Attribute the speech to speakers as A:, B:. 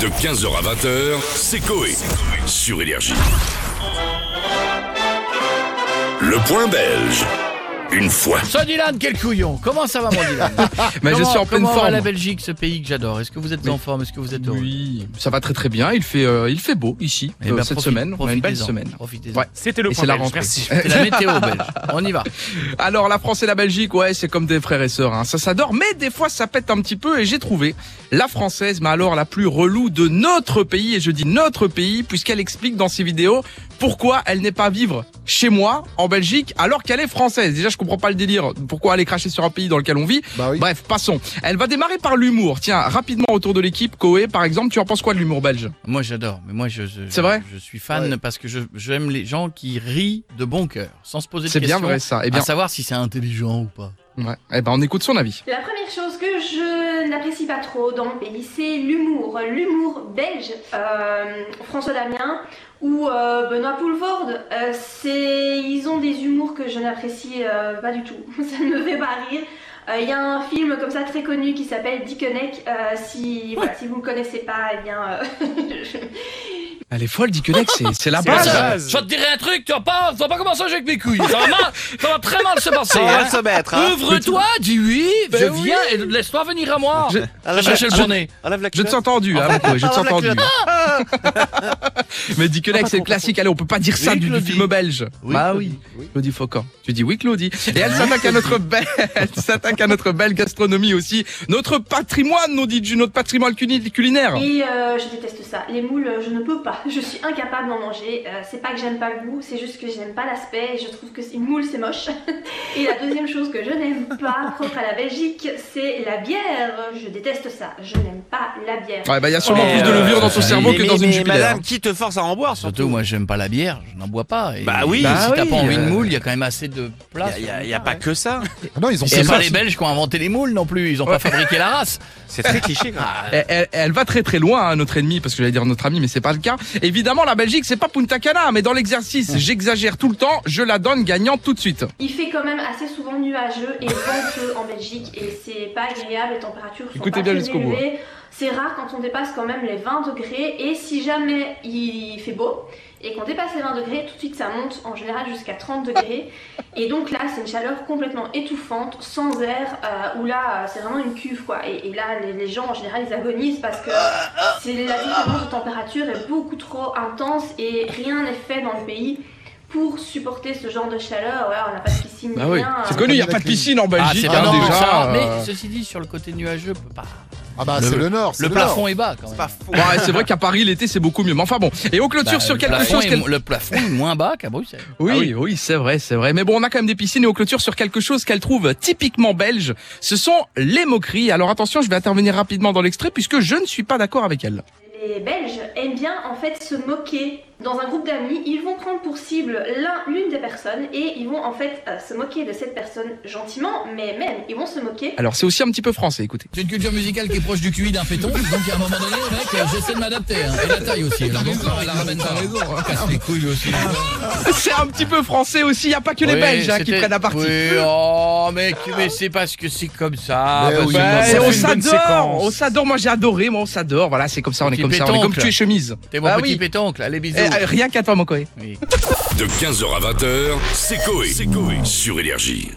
A: De 15h à 20h, c'est Coé. Sur Énergie. Le point belge. Une fois.
B: Son Dylan, quel couillon Comment ça va, mon Dylan
C: Mais je
B: Comment-
C: suis en pleine
B: comment va
C: forme.
B: la Belgique, ce pays que j'adore Est-ce que vous êtes en forme Est-ce que vous êtes heureux
C: Oui, ça va très très bien. Il fait, euh, il fait beau ici
B: Eh
C: euh,
B: ben,
C: cette
B: profite-
C: semaine. On a une belle
B: profitez-en,
C: semaine.
B: Profitez-en.
C: Ouais.
D: C'était le
C: Et
D: point
C: c'est la
D: belge,
C: rentrée.
D: merci.
B: C'est la météo belge. On y va.
C: Alors la France et la Belgique, ouais, c'est comme des frères et sœurs. hein. Ça s'adore, mais des fois ça pète un petit peu. Et j'ai trouvé la française, mais alors la plus relou de notre pays. Et je dis notre pays puisqu'elle explique dans ses vidéos pourquoi elle n'est pas vivre chez moi en Belgique alors qu'elle est française. Déjà, je comprends pas le délire. Pourquoi aller cracher sur un pays dans lequel on vit
E: Bah oui.
C: Bref, passons. Elle va démarrer par l'humour. Tiens, rapidement autour de l'équipe, Koé, par exemple, tu en penses quoi de l'humour belge
B: Moi, j'adore. Mais moi, je, je-
C: C'est vrai
B: je suis fan
E: Ouais.
B: parce que je- j'aime les gens qui rient de bon cœur, sans se poser de
C: C'est bien
B: questions.
C: vrai ça. Eh
B: À
C: bien,
B: savoir si c'est intelligent ou pas.
C: Ouais. Eh ben, on écoute son avis.
F: La première chose que je n'apprécie pas trop dans mon pays, c'est l'humour. L'humour belge, euh, François Damien ou euh, Benoît Poulvord, euh, c'est- ils ont des humours que je n'apprécie euh, pas du tout. Ça ne me fait pas rire. Euh, Il y a un film comme ça très connu qui s'appelle Dickeneck. Euh, si, voilà, si vous ne connaissez pas, eh bien, euh, je-
C: Elle est folle, dit que c'est, c'est la
D: C'est la
C: base.
D: base.
B: Je vais te dire un truc, tu vas pas, tu vas pas commencer à jouer avec mes couilles. Ça va, mal- ça va très mal se passer.
G: Ça va
B: hein.
G: se mettre, hein.
B: Ouvre-toi, dis oui, je
C: Ben
B: viens et laisse-toi venir à moi.
C: Je-
G: Enlève la-
B: Cherchez le bonnet.
G: Enlève la
C: Je te
G: culotte.
C: suis entendu, hein, mon Koé, je te suis entendu. Mais dit que c'est le classique. Allez, on peut pas dire ça
B: Oui,
C: du, du
B: Claudie.
C: film belge.
B: Oui,
C: bah
B: Claudie.
C: oui. Claudie Faucon. Tu dis oui, Claudie. Et elle s'attaque à notre belle, elle s'attaque à notre belle gastronomie aussi. Notre patrimoine, nous dit du notre patrimoine culi- culinaire.
F: Et euh, je déteste ça. Les moules, euh, je ne peux pas. Je suis incapable d'en manger. Euh, c'est pas que j'aime pas le goût, c'est juste que je n'aime pas l'aspect. et Je trouve que une moule, c'est moche. Et la deuxième chose que je n'aime pas, propre à la Belgique, c'est la bière. Je déteste ça. Je n'aime pas la bière.
C: Ouais, bah, il y a sûrement plus
G: Mais,
C: de levure
G: euh,
C: dans ton
B: mais-
C: cerveau que
G: Mais-
C: dans
G: mais
C: une hein. jupilère.
G: Madame, qui te force à en boire
B: Surtout,
G: surtout
B: moi, j'aime pas la bière, je n'en bois pas. Et
G: Bah oui.
B: si
C: Bah
B: t'as
C: oui,
B: pas envie de
C: euh.
B: moule, il y a quand même assez de place.
G: Il n'y a, pas que ça.
E: Ah non, ils ont
B: C'est
E: fait
B: pas
E: ça.
B: les Belges qui ont inventé les moules non plus, ils ont pas fabriqué la race.
G: C'est très cliché. Quoi.
C: Elle, elle- elle va très très loin, hein, notre ennemi, parce que j'allais dire notre ami, mais c'est pas le cas. Évidemment, la Belgique, c'est pas Punta Cana, mais dans l'exercice, j'exagère tout le temps, je la donne gagnante tout de suite.
F: Il fait quand même assez souvent nuageux et venteux en Belgique et c'est pas agréable, les températures sont
C: Écoutez
F: pas
C: bien
F: très
C: jusqu'au bout, hein.
F: élevées. C'est rare quand on dépasse quand même les 20 degrés et si jamais il fait beau et qu'on dépasse les 20 degrés, tout de suite ça monte en général jusqu'à 30 degrés et donc là c'est une chaleur complètement étouffante, sans air, euh, où là euh, c'est vraiment une cuve quoi et, et là les, les gens en général ils agonisent parce que c'est la différence de température est beaucoup trop intense et rien n'est fait dans le pays pour supporter ce genre de chaleur. Voilà, on n'a pas de piscine,
C: Bah
F: ni
C: oui,
F: rien.
C: c'est connu, il a pas de piscine en
B: Ah,
C: Belgique,
B: c'est
C: hein,
B: pas normal, ça
C: déjà.
B: va.
C: euh,
B: Mais ceci dit, sur le côté nuageux, peut pas.
E: Ah bah c'est le nord. c'est
B: le
E: nord.
B: plafond est bas quand même.
G: Pas fou.
C: Ouais, c'est vrai qu'à Paris, l'été, c'est beaucoup mieux. Mais enfin bon, et on clôture
B: Bah,
C: sur
B: le
C: quelque
B: plafond
C: chose...
B: est
C: qu'elle-
B: mo- Le plafond est moins bas qu'à Bruxelles. Ah
C: Oui, oui, c'est vrai, c'est vrai. Mais bon, on a quand même des piscines et on clôture sur quelque chose qu'elle trouve typiquement belge. Ce sont les moqueries. Alors attention, je vais intervenir rapidement dans l'extrait, puisque je ne suis pas d'accord avec elle.
F: Les Belges aiment bien en fait se moquer. Dans un groupe d'amis, ils vont prendre pour cible l'un, l'une des personnes et ils vont en fait euh, se moquer de cette personne gentiment, mais même ils vont se moquer
C: Alors c'est aussi un petit peu français, écoutez.
B: J'ai une culture musicale qui est proche du QI d'un péton, donc à un moment donné, mec, euh, j'essaie de m'adapter. hein. Et la taille aussi. Alors donc, la ramène pas. Casse les couilles aussi.
C: C'est un petit peu français aussi, il n'y a pas que les
B: Oui,
C: Belges hein, qui
B: c'était-
C: prennent à partie.
B: Oui, oh mec, mais c'est parce que c'est comme ça.
E: Mais
B: parce
E: oui,
B: que
E: mais
C: Ouais,
E: Ça fait
C: on
E: une
D: bonne
C: s'adore,
D: séquence.
C: on s'adore. Moi j'ai adoré, moi on s'adore. Voilà, c'est comme ça, on est
B: Petit
C: comme ça, on est comme
B: pétoncle.
C: tu es chemise.
B: T'es mon
C: Bah
B: petit
C: oui.
B: pétoncle, allez bisous.
C: Eh, euh, rien qu'à toi, mon coé.
B: Oui.
A: De 15h à 20h, c'est Coé. Sur Énergie.